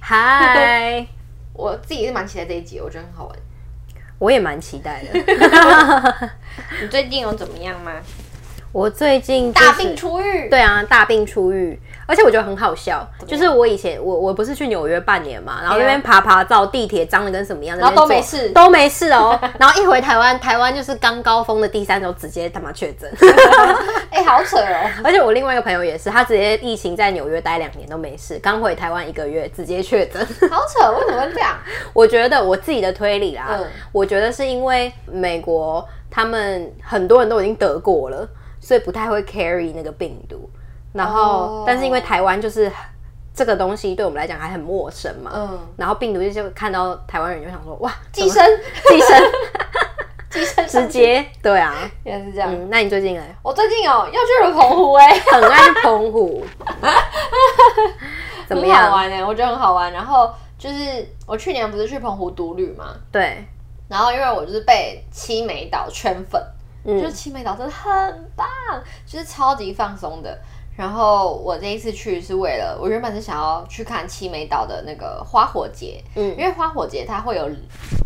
嗨，我自己是蛮期待这一集，我觉得很好玩。我也蛮期待 的。你最近有怎么样吗？我最近、就是、大病初愈。对啊，大病初愈，而且我觉得很好笑，就是我以前我我不是去纽约半年嘛，然后那边爬爬照，地铁脏的跟什么样，啊然后那边都没坐事都没事 哦。然后一回台湾，台湾就是刚高峰的第三周，直接他妈确 诊。哎、好扯哦。 而且我另外一个朋友也是，他直接疫情在纽约待两年都没事，刚回台湾一个月直接确诊。好扯，为什么会这样？我觉得我自己的推理啦，嗯我觉得是因为美国他们很多人都已经得过了，所以不太会 carry 那个病毒。然后，哦但是因为台湾就是这个东西对我们来讲还很陌生嘛，嗯，然后病毒就是看到台湾人就想说哇，寄生， 寄生寄生直上去接对 啊，也是这样。嗯，那你最近哎，我最近哦要去澎 湖哎、很爱去澎 湖，怎么很好样？玩哎、我觉得很好玩。然后就是我去年不是去澎湖独旅嘛，对，然后因为我就是被七美岛圈粉，就是嗯，七美岛真的很棒，就是超级放松的。然后我这一次去是为了，我原本是想要去看七美岛的那个花火节，嗯因为花火节它会有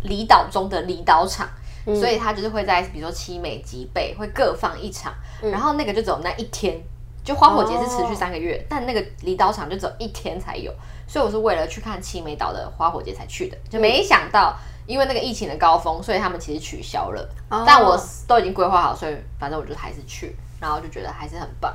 离岛中的离岛场，嗯所以它就是会在比如说七美、吉贝会各放一场，嗯然后那个就只有那一天，就花火节是哦持续三个月，但那个离岛场就只有一天才有，所以我是为了去看七美岛的花火节才去的，嗯就没想到因为那个疫情的高峰，所以他们其实取消了，哦但我都已经规划好，所以反正我就还是去，然后就觉得还是很棒，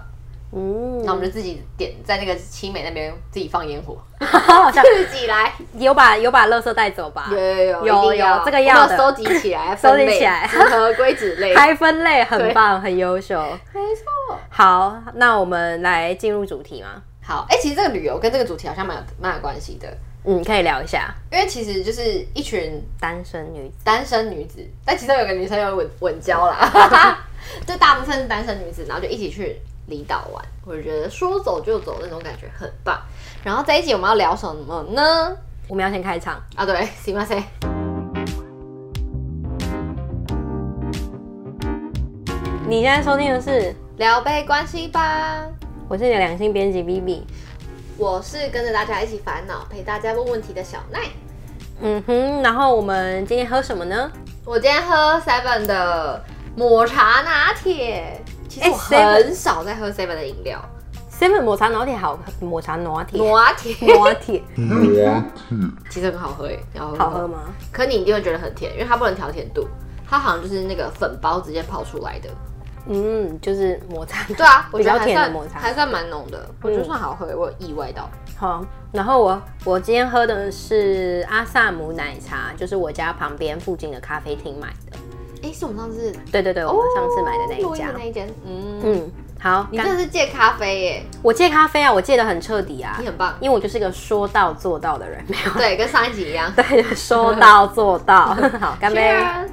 嗯，那我们就自己点在那个七美那边自己放烟火，好好笑， 自己来，有把有把垃圾带走吧？有有有有一定有这个要我的 们有收集起来，收集分类起来符合规矩类，还分类很棒，很优秀。没错。好，那我们来进入主题吗？好，哎、其实这个旅游跟这个主题好像蛮有蛮有关系的，嗯，可以聊一下因为其实就是一群单身女子。单身女子，但其中有个女生有稳稳交 啦，就大部分是单身女子，然后就一起去离岛玩，我觉得说走就走那种感觉很棒。然后这一集我们要聊什么呢？我们要先开场，啊，对，行吧，谁？你现在收听的是，聊杯关系吧。我是你的良性编辑 Vivi。我是跟着大家一起烦恼，陪大家问问题的小奈。嗯哼，然后我们今天喝什么呢？我今天喝 Seven 的抹茶拿铁，其实哎我 Seven 很少在喝 Seven 的饮料， Seven 抹茶拿铁好，抹茶拿铁，拿铁拿铁其实很好喝耶，然 后好喝吗？可你一定会觉得很甜，因为它不能调甜度，它好像就是那个粉包直接泡出来的。嗯，就是抹茶。对啊，我比觉较得还甜的算抹茶嗯还算蛮浓的，我觉得算好喝耶，我有意外到。好，然后我我今天喝的是阿萨姆奶茶，就是我家旁边附近的咖啡厅买的。哎，是我们上次对对对，我们上次买的那哦一录家音的。那一间，嗯，嗯，好，你刚真的是戒咖啡耶，我戒咖啡啊，我戒的很彻底啊你，很棒。因为我就是一个说到做到的人，没有对，跟上一集一样。对，说到做 到。好，干杯！ Cheers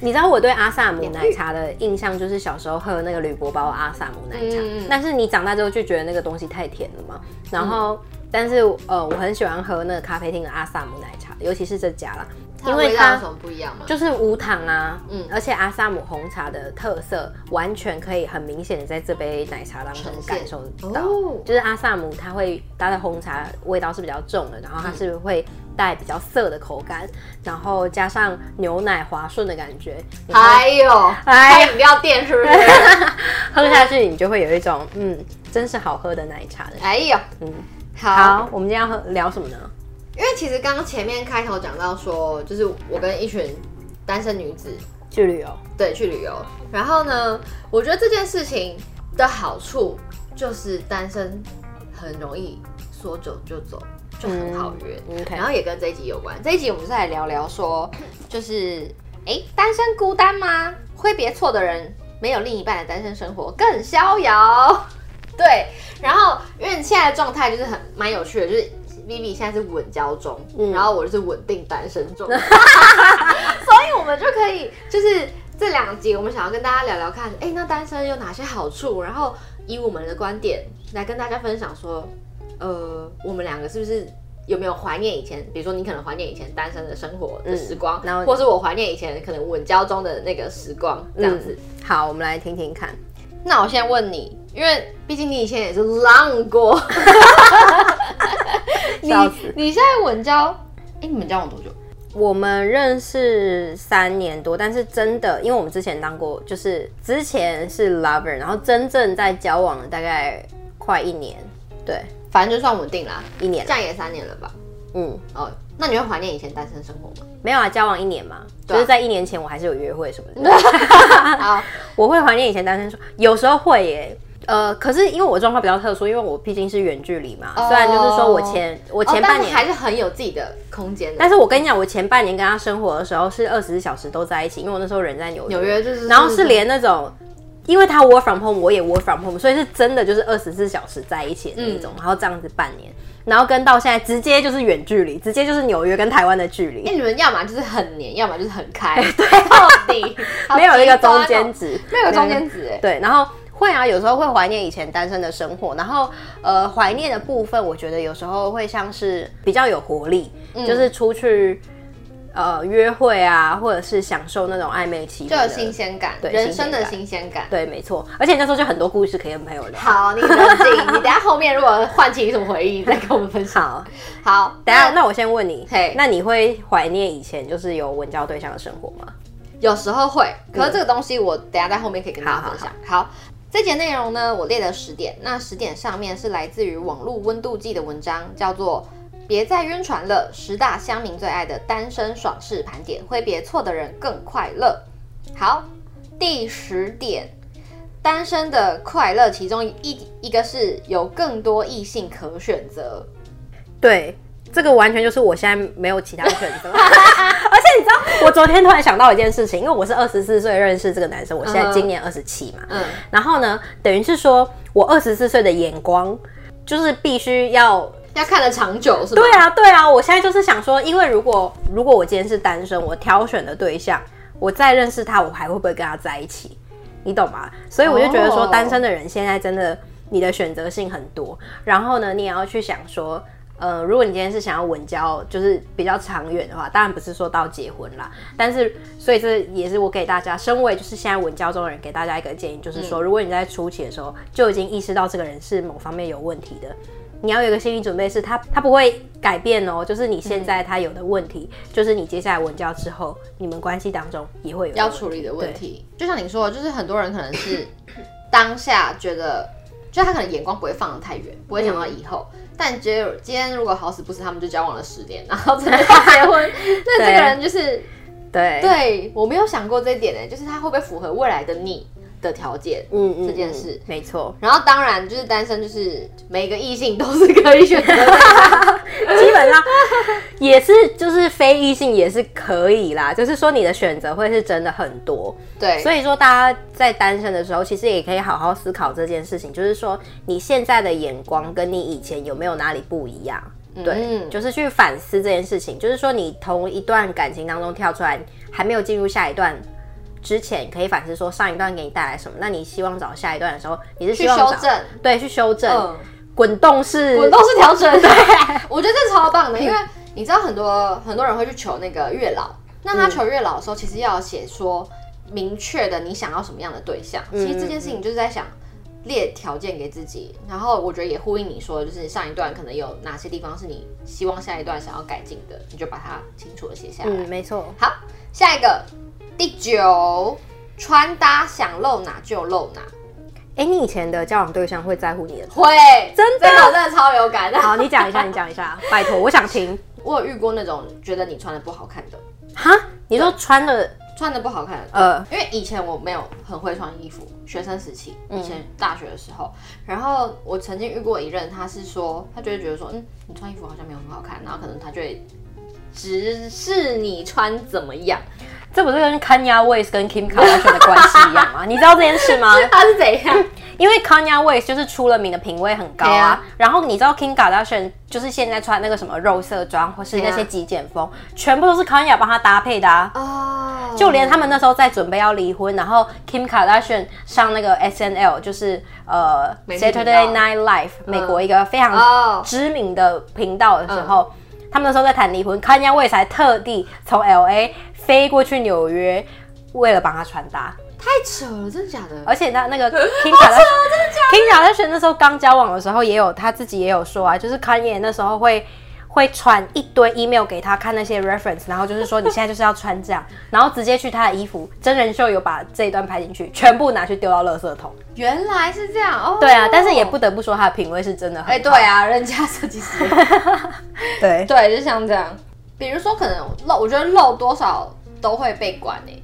你知道我对阿萨姆奶茶的印象就是小时候喝那个铝箔包啊阿萨姆奶茶，嗯嗯但是你长大之后就觉得那个东西太甜了嘛。然后，嗯但是呃，我很喜欢喝那个咖啡厅的阿萨姆奶茶，尤其是这家啦，它因的为味道有它什么不一样吗？就是无糖啊，嗯嗯，而且阿萨姆红茶的特色完全可以很明显的在这杯奶茶当中呈现感受到，哦就是阿萨姆它会它的红茶味道是比较重的，然后它是会带比较涩的口感，然后加上牛奶滑顺的感觉，你喝还有，哎开饮料店是不是？ 喝下去你就会有一种嗯，真是好喝的奶茶的。哎呦，嗯嗯，好，我们今天要喝聊什么呢？因为其实刚刚前面开头讲到说，就是我跟一群单身女子去旅游，对去旅游，然后呢，我觉得这件事情的好处就是单身很容易说走就走，就很好约。嗯，OK 然后也跟这一集有关，这一集我们是来聊聊说，就是哎，单身孤单吗？挥别错的人，没有另一半的单身生活更逍遥。对，然后因为现在的状态就是很蛮有趣的，就是 Vivi 现在是稳交中，嗯然后我就是稳定单身 中，所以我们就可以就是这两集我们想要跟大家聊聊看，哎，那单身有哪些好处？然后以我们的观点来跟大家分享说，呃，我们两个是不是？有没有怀念以前？比如说，你可能怀念以前单身的生活的时光，嗯然后或是我怀念以前可能稳交中的那个时光，这样子。嗯好，我们来听听看。那我 先问你，因为毕竟你以前也是浪过，你笑死！你现在稳交，哎、你们交往多久？我们认识三年多，但是真的，因为我们之前当过，就是之前是 lover，然后真正在交往了大概快一年，对，反正就算稳定啦，一年这，样也三年了吧？嗯，哦，那你会怀念以前单身生活吗？没有啊，交往一年嘛，对啊就是在一年前我还是有约会什么的， 啊好，哦我会怀念以前单身说，有时候会耶。呃，可是因为我状况比较特殊，因为我毕竟是远距离嘛哦虽然就是说我前我前哦但半是年，还是很有自己的空间的。但是我跟你讲，我前半年跟他生活的时候是二十四小时都在一起，因为我那时候人在纽约，纽约就是然后是连那种，因为他 work from home，我也 work from home，所以是真的就是二十四小时在一起的那种，嗯然后这样子半年，然后跟到现在直接就是远距离，直接就是纽约跟台湾的距离，哎、你们要么就是很黏，要么就是很开，到底 好哎没有一个极端中哦间值，没有一个中间值哎。对，然后会啊，有时候会怀念以前单身的生活，然后呃，怀念的部分，我觉得有时候会像是比较有活力，嗯就是出去呃约会啊，或者是享受那种暧昧期，就有新。鲜感，对人生的新新鲜感。对，没错，而且那时候就很多故事可以跟朋友聊。好，你冷静，你等一下后面如果唤起你什么回忆，你再跟我们分享。好，好，等一下，那我先问你嘿，那你会怀念以前就是有文交对象的生活吗？有时候会，嗯可是这个东西我等一下在后面可以跟大家分享。好这节内容呢，我列了十点，那十点上面是来自于网络温度计的文章，叫做《别再晕船了：十大乡民最爱的单身爽事盘点》，挥别错的人更快乐。好，第十点。单身的快乐，其中一一个是有更多异性可选择，对，这个完全就是我现在没有其他选择。而且你知道， 我昨天突然想到一件事情，因为我是二十四岁认识这个男生，我现在今年二十七嘛。嗯，然后呢，等于是说我二十四岁的眼光就是必须要。要看得长久是吗？对啊，对啊，我现在就是想说，因为如果如果我今天是单身，我挑选的对象，我再认识他，我还会不会跟他在一起？你懂吗？所以我就觉得说，哦单身的人现在真的你的选择性很多，然后呢，你也要去想说。呃，如果你今天是想要稳交，就是比较长远的话，当然不是说到结婚啦，但是所以这也是我给大家，身为就是现在稳交中的人，给大家一个建议，就是嗯说，如果你在初期的时候就已经意识到这个人是某方面有问题的，你要有一个心理准备，是他他不会改变哦，就是你嗯现在他有的问题，就是你接下来稳交之后，你们关系当中也会有要问题处理的问题。就像你说的，就是很多人可能是当下觉得，就他可能眼光不会放得太远，不会想到嗯以后。但结今天如果好死不死他们就交往了十年，然后真的要结 婚，那这个人就是对对，对我没有想过这一点呢、就是他会不会符合未来的你的条件？嗯嗯这件事嗯没错，然后当然就是单身，就是每个异性都是可以选 择的。基本上也是就是非异性也是可以啦，就是说你的选择会是真的很多，对，所以说大家在单身的时候，其实也可以好好思考这件事情，就是说你现在的眼光跟你以前有没有哪里不一样？对，嗯就是去反思这件事情，就是说你从一段感情当中跳出来，还没有进入下一段。之前可以反思说上一段给你带来什么，那你希望找下一段的时候，你是希望去修找正对，去修正，嗯。滚、动式，我都是调整。对， 我觉得这超棒的，因为你知道很多很多人会去求那个月老，那嗯他求月老的时候，其实要写说明确的你想要什么样的对象。嗯其实这件事情就是在想。列条件给自己，然后我觉得也呼应你说的，就是上一段可能有哪些地方是你希望下一段想要改进的，你就把它清楚的写下来。嗯，没错，好，下一个第九，穿搭想露哪就露哪，哎、你以前的交往对象会在乎你的？会真的这个我真的超有感。 好，你讲一下，你讲一下，拜托，我想听。我有遇过那种觉得你穿的不好看的，哈，你说穿的穿的不好看的，呃，因为以前我没有很会穿衣服，嗯学生时期，以前大学的时候，然后我曾经遇过一任，他是说，他就会觉得说，嗯，你穿衣服好像没有很好看，然后可能他就会直视你穿怎 么样，这不是跟 Kanye West 跟 Kim Kardashian 的关系一样 吗？你知道这件事吗？他是怎 样？因为 Kanye West 就是出了名的品味很高对啊，啊然后你知道 Kim Kardashian 就是现在穿那个什么肉色装或是那对些啊极简风，全部都是 Kanye 帮他搭配的啊。哦，就连他们那时候在准备要离婚，然后 Kim Kardashian 上那个 S N L，就是呃媒体频道嗯 Saturday Night Live 美国一个非哦常知名的频道的时候，他们那时候在谈离婚，Kanye West 还特地从 L A 飞过去纽约，为了帮他穿搭。太扯了，真的假的？而且那那 个 Kim 哦 Kardashian，Kim Kardashian 那时候刚交往的时候，也有他自己也有说啊，就是 Kanye 那时候会会传一堆 email 给他看那些 reference，然后就是说你现在就是要穿这样， 然后直接去他的衣服真人秀有把这一段拍进去，全部拿去丢到垃圾桶。原来是这样哦。对啊，但是也不得不说他的品味是真的很好。哎、对啊，人家设计师， 对对，就像这样。比如说，可能漏，我觉得漏多少都会被管欸诶、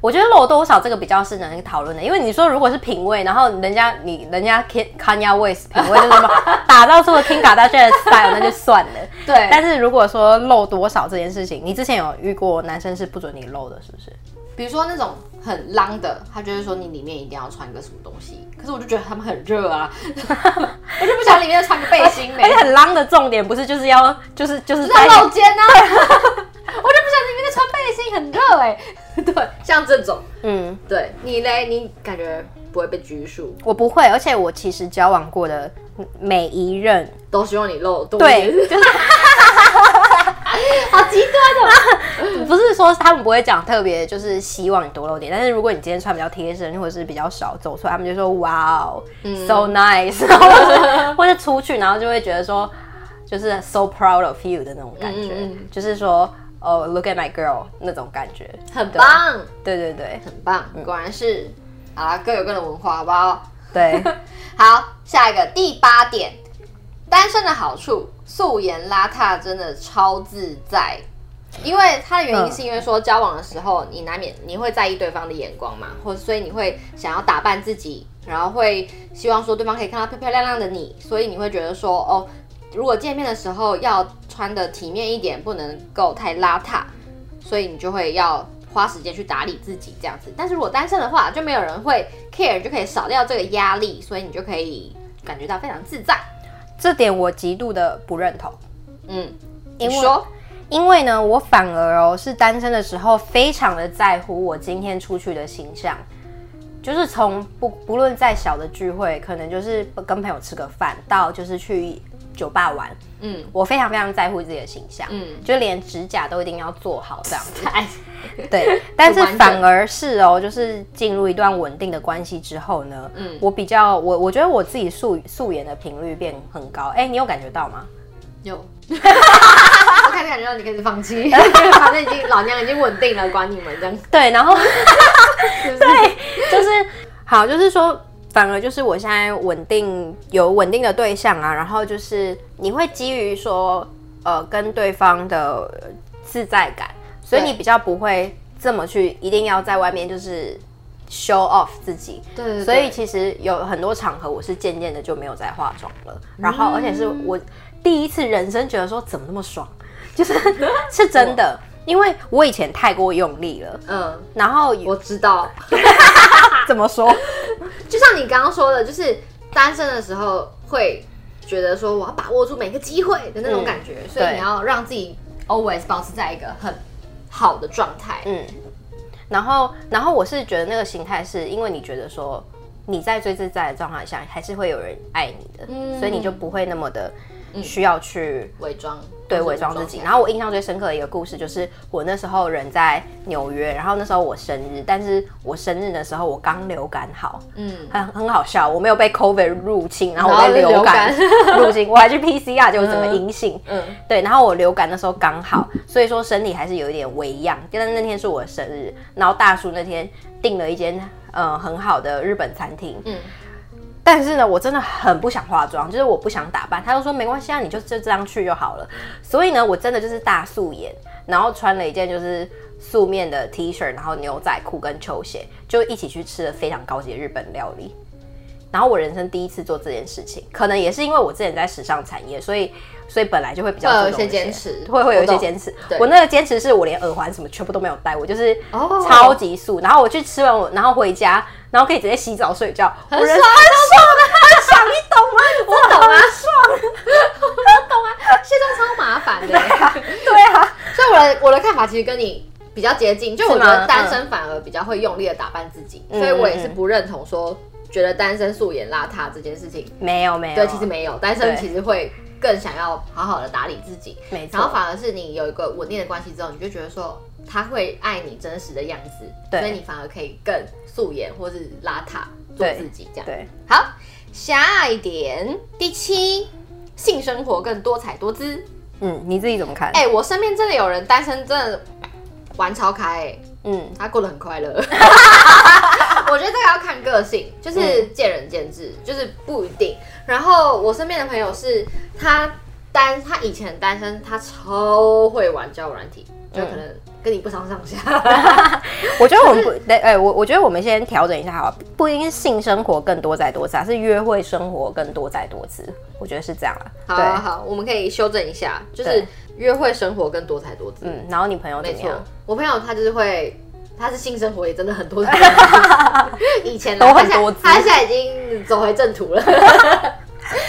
我觉得漏多少这个比较是能讨论的，因为你说如果是品味，然后人家你人家 Kin- Kanye West 品味就是什么打造出了 Kim Kardashian 的 style，那就算 了。对，但是如果说漏多少这件事情，你之前有遇过男生是不准你漏的，是不是？比如说那种很浪的，他就是说你里面一定要穿个什么东西，可是我就觉得他们很 热啊，我就不想里面穿个背心没、而且很浪的重点不是就是要就是就是就是要露肩啊， 我就不想里面穿背心，很热哎、 对，像这种，嗯，对你嘞，你感觉不会被拘束，我不会，而且我其实交往过的每一任，都希望你露肚，对， 也是就是好极端 哦。不是说他们不会讲特别，就是希望你多露点，但是如果你今天穿比较贴身，或者是比较少走出来，他们就说哇哦、s 嗯 o nice，然后 或者是或者出去，然后就会觉得说就是 so proud of you 的那种感觉，嗯嗯就是说哦、look at my girl 那种感觉，很棒，对对对很棒，嗯果然是啊，各有各的文化，好不好？对， 好，下一个第八点，单身的好处，素颜邋遢真的超自在。因为它的原因嗯是因为说交往的时候，你难免你会在意对方的眼光嘛，或所以你会想要打扮自己，然后会希望说对方可以看到漂漂亮亮的你，所以你会觉得说哦，如果见面的时候要穿的体面一点，不能够太邋遢，所以你就会要花时间去打理自己这样子。但是如果单身的话，就没有人会 care，就可以少掉这个压力，所以你就可以感觉到非常自在。这点我极度的不认同。嗯，因你为说因为呢，我反而哦是单身的时候非常的在乎我今天出去的形象，就是从不不论再小的聚会，可能就是跟朋友吃个饭，到就是去酒吧玩，嗯我非常非常在乎自己的形象，嗯，就连指甲都一定要做好 这样子。哎，对，但是很完整反而是哦，就是进入一段稳定的关系之后呢，嗯我比较我我觉得我自己素素颜的频率变很高，哎，你有感觉到吗？ 有。我开始感觉到你开始放弃，反正已经老娘已经稳定了，管你们这样。对，然后。是不是就是好，就是说，反而就是我现在稳定有稳定的对象啊，然后就是你会基于说，呃，跟对方的呃自在感，所以对你比较不会这么去，一定要在外面就是 show off 自己。对对对所以其实有很多场合，我是渐渐的就没有再化妆了，嗯然后而且是我第一次人生觉得说怎么那么爽， 就是是真的，因为我以前太过用力了，嗯，然后有啊我知道，怎么说？就像你刚刚说的，就是单身的时候会觉得说我要把握住每个机会的那种感觉，所以嗯对你要让自己 always 保持在一个很好的状态。嗯，然后，然后我是觉得那个心态是因为你觉得说你在最自在的状态下，还是会有人爱你的，嗯所以你就不会那么的需要去伪装，对或是伪装自己。起来然后我印象最深刻的一个故事就是我那时候人在纽约，然后那时候我生日，但是我生日的时候我刚流感好，嗯，很很好笑，我没有被 COVID 入侵，然后我然被后流感流入侵，我还去 PCR 结果整个阴性。嗯嗯，对，然后我流感那时候刚好，所以说身体还是有一点微恙。但是那天是我的生日，然后大叔那天订了一间呃很好的日本餐厅。嗯嗯。但是呢，我真的很不想化妆，就是我不想打扮。他就说没关系啊，你就就这样去就好了。所以呢，我真的就是大素颜，然后穿了一件就是素面的 T 恤，然后牛仔裤跟球鞋，就一起去吃了非常高级的日本料理。然后我人生第一次做这件事情，可能也是因为我之前在时尚产业，所以所以本来就会比较会有注重呃一些这坚持会会有一些我懂 坚持对。我那个坚持是我连耳环什么全部都没有戴，我就是哦超级素。然后我去吃完我，然后回家，然后可以直接洗澡睡觉，我人生爽很爽，很爽，你懂吗？ 我懂啊，我懂啊，卸妆超麻烦的。 对啊，所以我的我的看法其实跟你比较接近，就我是觉吗得单身反而比较会用力的打扮自己，嗯所以我也是不认同说觉得单身素颜邋遢这件事情。没有没有，对，其实没有，单身对其实会更想要好好的打理自己，没错然后反而是你有一个稳定的关系之后，你就觉得说他会爱你真实的样子，对所以你反而可以更素颜或是邋遢做对自己这样。对，好，下一点第七，性生活更多彩多姿。嗯，你自己怎么看？哎、我身边真的有人单身，真的玩超开、欸，嗯，他过得 很快乐。我觉得这个要看个性，嗯就是见仁见智，就是不一定。然后我身边的朋友是他单，他以前单身，他超会玩交友软体，就嗯可能跟你不相上下。我觉得我们不，对哎、我我觉得我们先调整一下好了，不一定是性生活更多灾多次啊，是约会生活更多灾多次，我觉得是这样啊。好好好，我们可以修正一下，就是对约会生活跟多才多姿。对，嗯，然后你朋友怎没么错样？，我朋友他就是会，他是性生活也真的很 多姿， 以前都很多姿姿，他现在已经走回正途了。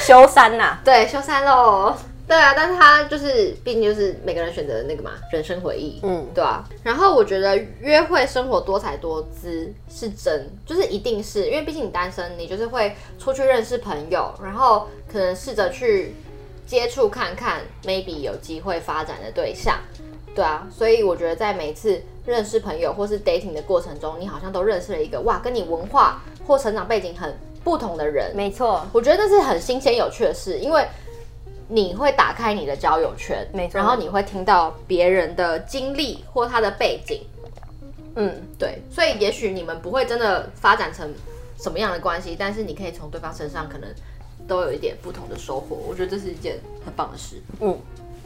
修啊三呐、对，修三喽。对啊，但是他就是，毕竟就是每个人选择的那个嘛，人生回忆，嗯嗯，对啊。然后我觉得约会生活多彩多姿是真，就是一定是因为毕竟你单身，你就是会出去认识朋友，然后可能试着去接触看看，maybe 有机会发展的对象，对啊。所以我觉得在每次认识朋友或是 dating 的过程中，你好像都认识了一个哇，跟你文化或成长背景很不同的人，没错，我觉得那是很新鲜有趣的事，因为你会打开你的交友圈，没错然后你会听到别人的经历或他的背景，嗯，对，所以也许你们不会真的发展成什么样的关系，但是你可以从对方身上可能都有一点不同的收获，我觉得这是一件很棒的事。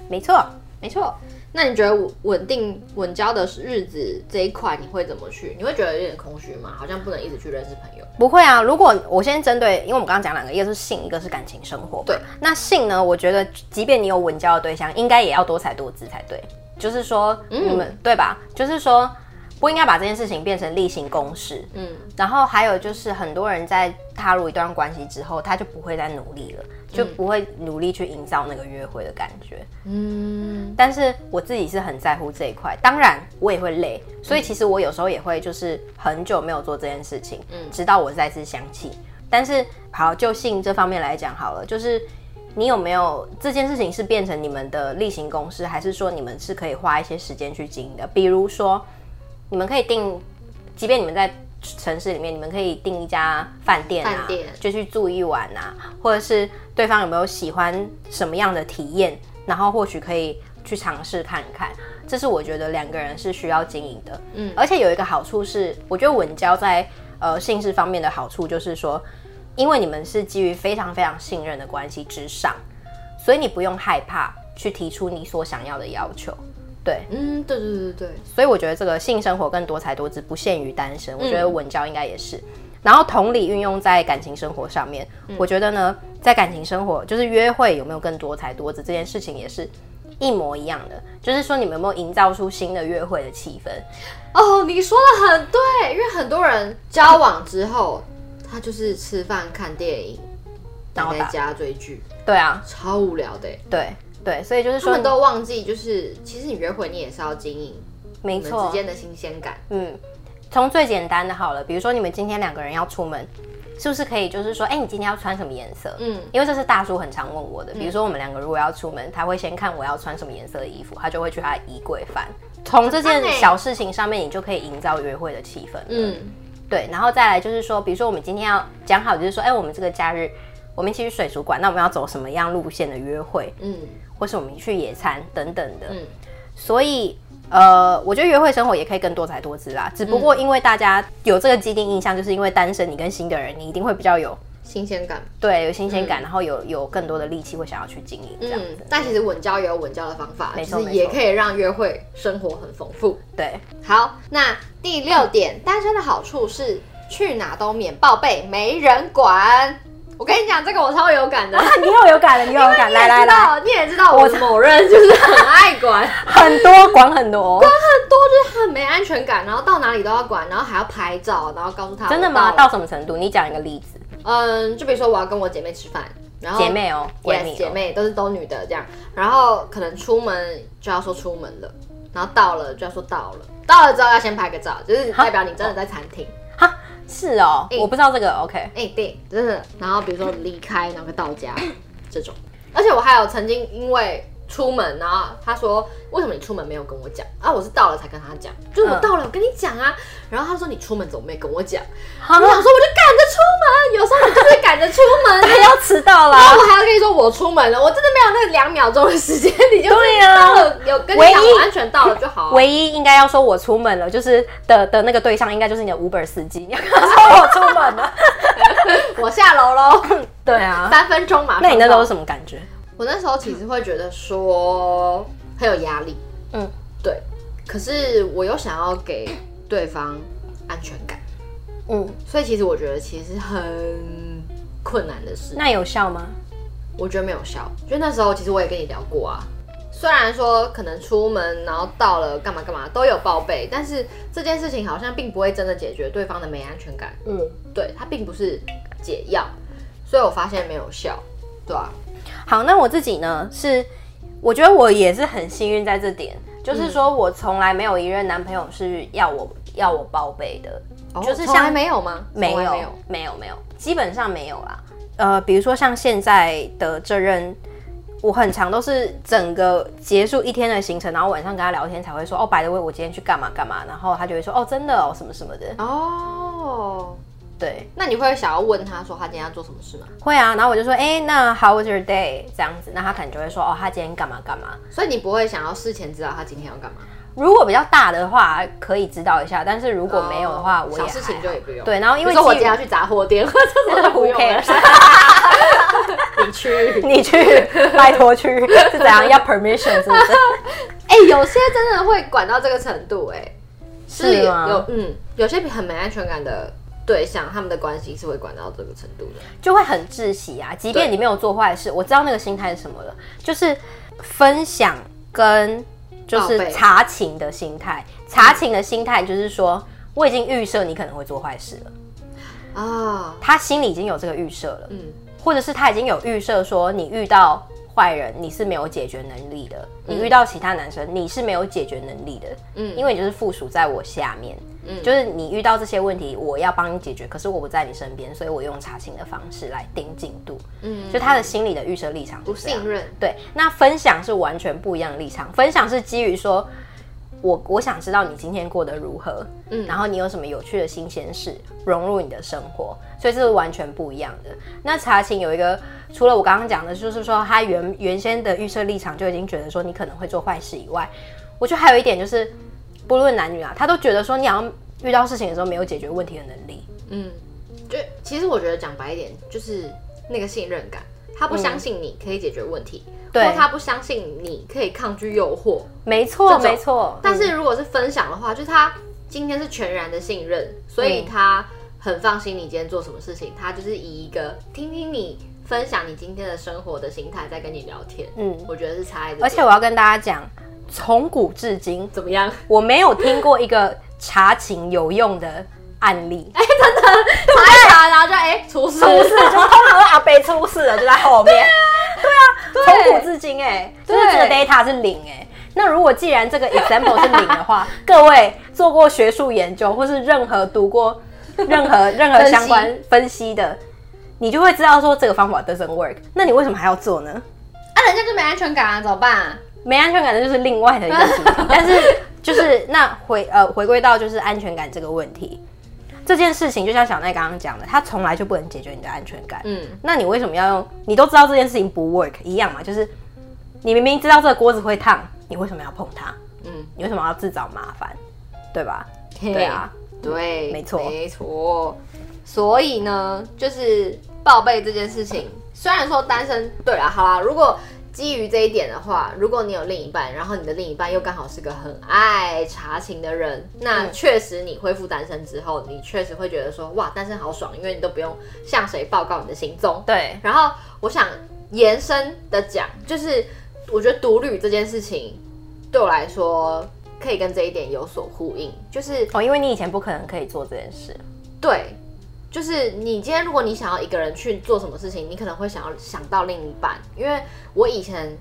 没错。没错，那你觉得稳稳定稳交的日子这一块你会怎么去？你会觉得有点空虚吗？好像不能一直去认识朋友。不会啊，如果我先针对，因为我们刚刚讲两个，一个是性，一个是感情生活。对，那性呢，我觉得即便你有稳交的对象，应该也要多才多姿才对。就是说，嗯你们对吧？就是说，不应该把这件事情变成例行公事。嗯，然后还有就是，很多人在踏入一段关系之后，他就不会再努力了，就不会努力去营造那个约会的感觉。嗯，但是我自己是很在乎这一块，当然我也会累，所以其实我有时候也会就是很久没有做这件事情，嗯嗯，直到我再次想起。但是好，就性这方面来讲好了，就是你有没有这件事情是变成你们的例行公事，还是说你们是可以花一些时间去经营的？比如说，你们可以定，即便你们在城市里面，你们可以订一家饭店啊，饭店就去住一晚啊，或者是对方有没有喜欢什么样的体验，然后或许可以去尝试看看。这是我觉得两个人是需要经营的，嗯嗯，而且有一个好处是，我觉得稳交在呃性事方面的好处就是说，因为你们是基于非常非常信任的关系之上，所以你不用害怕去提出你所想要的要求，对，嗯，对对对对对。所以我觉得这个性生活更多才多姿，不限于单身。我觉得稳交应该也是。然后同理运用在感情生活上面，我觉得呢，在感情生活就是约会有没有更多才多姿这件事情也是一模一样的，就是说你们有没有营造出新的约会的气氛？哦，你说的很对，因为很多人交往之后，他就是吃饭、看电影，然后待打在家追剧，对啊，超无聊的欸。对对，所以就是他说们，都忘记，就是其实你约会你也是要经营没你们之错，间的新鲜感。嗯，从最简单的好了，比如说你们今天两个人要出门，是不是可以就是说，哎、你今天要穿什么颜色？嗯嗯，因为这是大叔很常问我的。比如说我们两个如果要出门，他会先看我要穿什么颜色的衣服，他就会去他的衣柜翻。从这件很棒欸小事情上面，你就可以营造约会的气氛。嗯，嗯，对，然后再来就是说，比如说我们今天要讲好，就是说，哎、我们这个假日我们一起去水族馆，那我们要走什么样路线的约会，嗯或是我们去野餐等等的。嗯，所以呃，我觉得约会生活也可以更多彩多姿啦。只不嗯过因为大家有这个既定印象，就是因为单身，你跟新的人，你一定会比较有新鲜感。对有新鲜感，然后有有更多的力气会想要去经营这样嗯子。，但其实稳交也有稳交的方法，没就错是没也错可以让约会生活很丰富。对， 好，那第六点，单身的好处是去哪都免报备，没人管。我跟你讲，这个我超有感的。你又有感了，你又有感，来来来，来，你也知道我某人就是很爱管，很多管很 多，多就是很没安全感，然后到哪里都要管，然后还要拍照，然后告诉他我真的吗？到到什么程度？你讲一个例子，嗯，就比如说我要跟我姐妹吃饭，然后姐妹哦，闺 yes, 蜜姐哦，妹都是都女的这样，然后可能出门就要说出门了，然后到了就要说到了，到了之后要先拍个照，就是代表你真的在餐厅。哈，是哦，嗯我不知道这个，OK，哎、对，真的。然后比如说离开，然后到家这种。而且我还有曾经因为出门，然后他说为什么你出门没有跟我讲啊？我是到了才跟他讲，就是嗯我到了，我跟你讲啊。然后他说你出门怎么没跟我啊讲？好我想说我就赶着出门，有时候我就是赶着出 门，他 要迟到然啦后。我还要跟你说我出门了，我真的没有那两秒钟的时间，你就对啊到了有跟你唯讲一我安全到了就好啊。唯一应该要说我出门了，就是的的那个对象应该就是你的 Uber 司机， 你要跟他说我出门了。我下楼喽， 对啊，三分钟嘛。那你那时候是什么感觉？我那时候其实会觉得说很有压力，嗯，对。可是我又想要给对方安全感，嗯，所以其实我觉得其实很困难的事。那有效吗？我觉得没有效，就那时候其实我也跟你聊过啊。虽然说可能出门然后到了干嘛干嘛都有报备，但是这件事情好像并不会真的解决对方的没安全感，嗯，对，它并不是解药，所以我发现没有效，对啊，好，那我自己呢是，我觉得我也是很幸运在这点，就是说我从来没有一任男朋友是要我要我报备的，就是哦从来像没有吗？没有从来没没有有，没有没有，基本上没有啦。呃，比如说像现在的这任。我很常都是整个结束一天的行程，然后晚上跟他聊天才会说哦，白的威，我今天去干嘛干嘛，然后他就会说哦，真的哦，什么什么的，哦。对，那你会想要问他说他今天要做什么事吗？会啊，然后我就说哎、那 How was your day？这样子，那他可能就会说哦，他今天干嘛干嘛，所以你不会想要事前知道他今天要干嘛？如果比较大的话，可以知道一下；但是如果没有的话，哦我也小还事情就也不用。对。然后因为比如说我基于今天要去杂货店， 这种就 不 Who 用了 cares？。 你去。你去，拜托去是怎 样？要 permission 是不是？哎、有些真的会管到这个程度、哎，是吗有嗯，有些很没安全感的对象，他们的关系是会管到这个程度的。就会很窒息啊。即便对你没有做坏事，我知道那个心态是什么了，就是分享跟就报是备查情的心态。查情的心态就是说，嗯我已经预设你可能会做坏事了，啊，他心里已经有这个预设了。嗯，或者是他已经有预设说你遇到坏人你是没有解决能力的，你遇到其他男生你是没有解决能力的，嗯嗯，因为你就是附属在我下面，嗯嗯，就是你遇到这些问题我要帮你解决，可是我不在你身边，所以我用查寝的方式来盯进度，嗯嗯，就他的心理的预设立场不不信任，对，啊那分享是完全不一样的立场。分享是基于说，我我想知道你今天过得如何，嗯嗯，然后你有什么有趣的新鲜事融入你的生活，所以这是完全不一样的。那查情有一个，除了我刚刚讲的，就是说他原原先的预设立场就已经觉得说你可能会做坏事以外，我觉得还有一点就是，不论男女啊，他都觉得说你好像遇到事情的时候没有解决问题的能力，嗯，就其实我觉得讲白一点，就是那个信任感，他不相信你可以解决问题，对或他不相信你可以抗拒诱惑。没这错，嗯种没错。但是如果是分享的话，就是他今天是全然的信任，所以他很放心你今天做什么事情，他就是以一个听听你分享你今天的生活的心态在跟你聊天。嗯，我觉得是差异的。而且我要跟大家讲，从古至今，怎么样？ 我没有听过一个查情有用的案例，查一查，然后就哎，出事。出事哎 就是通常是阿贝出事了就在后面。对啊，对从古至今哎、就是对这个 data 是零哎、那如果既然这个 example 是零的 话，各位做过学术研究或是任何读过任何任何分析相关分析的，你就会知道说这个方法 doesn't work。那你为什么还要做呢？啊，人家就没安全感啊，怎么办、没安全感的就是另外的一个主 题，但是就是那回呃回归到就是安全感这个问题，这件事情就像小奈刚刚讲的，他从来就不能解决你的安全感。嗯，那你为什么要用？你都知道这件事情不 work 一样嘛，就是你明明知道这个锅子会烫，你为什么要碰它？嗯嗯，你为什么要自找麻烦？对吧？对啊，对，没错没错。所以呢，就是报备这件事情，虽然说单身，对啦，好啦，如果基于这一点的话，如果你有另一半，然后你的另一半又刚好是个很爱查情的人，嗯那确实你恢复单身之后，你确实会觉得说，哇，单身好爽，因为你都不用向谁报告你的行踪。对，然后我想延伸的讲，就是我觉得独旅这件事情对我来说可以跟这一点有所呼应，就是哦，因为你以前不可能可以做这件事，对，就是你今天如果你想要一个人去做什么事情，你可能会想要想到另一半，因为我以前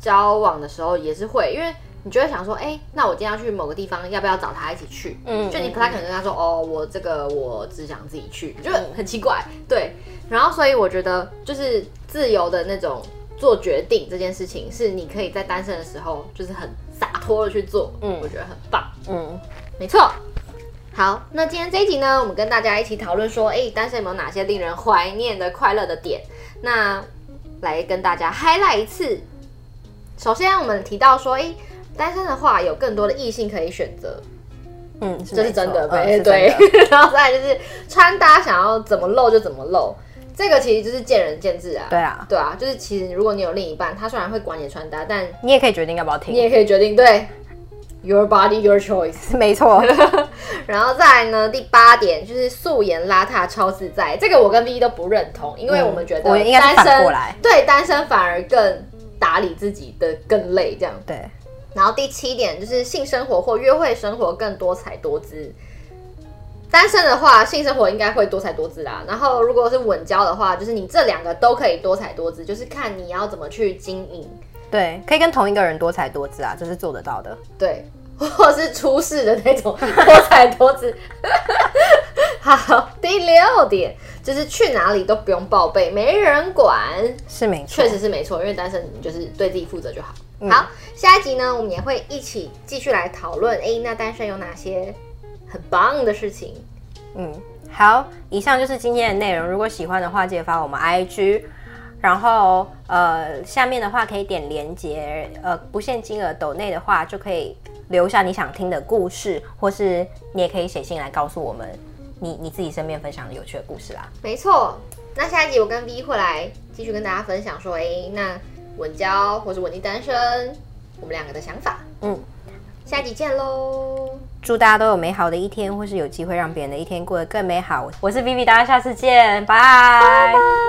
交往的时候也是会，因为你就会想说，哎、那我今天要去某个地方，要不要找他一起去？嗯就你不太可能跟他说，哦，我这个我只想自己去，就很奇怪，对。然后所以我觉得就是自由的那种做决定这件事情，是你可以在单身的时候就是很洒脱的去做，嗯嗯，我觉得很棒，嗯，没错。好，那今天这一集呢，我们跟大家一起讨论说，哎、单身有没有哪些令人怀念的快乐的点？那来跟大家 highlight 一次。首先，我们提到说，哎、单身的话有更多的异性可以选择，嗯，这是真的，没没错嗯是对真的。 然后再来就是穿搭，想要怎么露就怎么露，这个其实就是见仁见智啊。对啊，对啊，就是其实如果你有另一半，他虽然会管你的穿搭，但你也可以决定要不要听你，也可以决定对 your body your choice。没 错，然后再来呢，第八点就是素颜邋遢超自在，这个我跟 V 都不认同，因为嗯我们觉得我应该是单身反过来对单身反而更打理自己的更累这样。对，然后第七点就是性生活或约会生活更多彩多姿。单身的话，性生活应该会多彩多姿啦。然后如果是稳交的话，就是你这两个都可以多彩多姿，就是看你要怎么去经营，对，可以跟同一个人多才多姿啊，这是做得到的。对， 或是出世的那 种多彩多姿。 好，第六点就是去哪里都不用报备，没人管。是没错，确实是没错，因为单身你就是对自己负责就好。嗯好，下一集呢，我们也会一起继续来讨论，诶，那单身有哪些很棒的事情？嗯，好，以上就是今天的内容。如果喜欢的话，记得发我们 IG。然后呃，下面的话可以点连接，呃，不限金额，抖内的话就可以留下你想听的故事，或是你也可以写信来告诉我们你你自己身边分享的有趣的故事啦。没错，那下一集我跟 V 会来继续跟大家分享说，诶，那稳交或是稳定单身，我们两个的想法。嗯，下集见喽，祝大家都有美好的一天，或是有机会让别人的一天过得更美好。我是 Vivi，大家下次见，拜拜。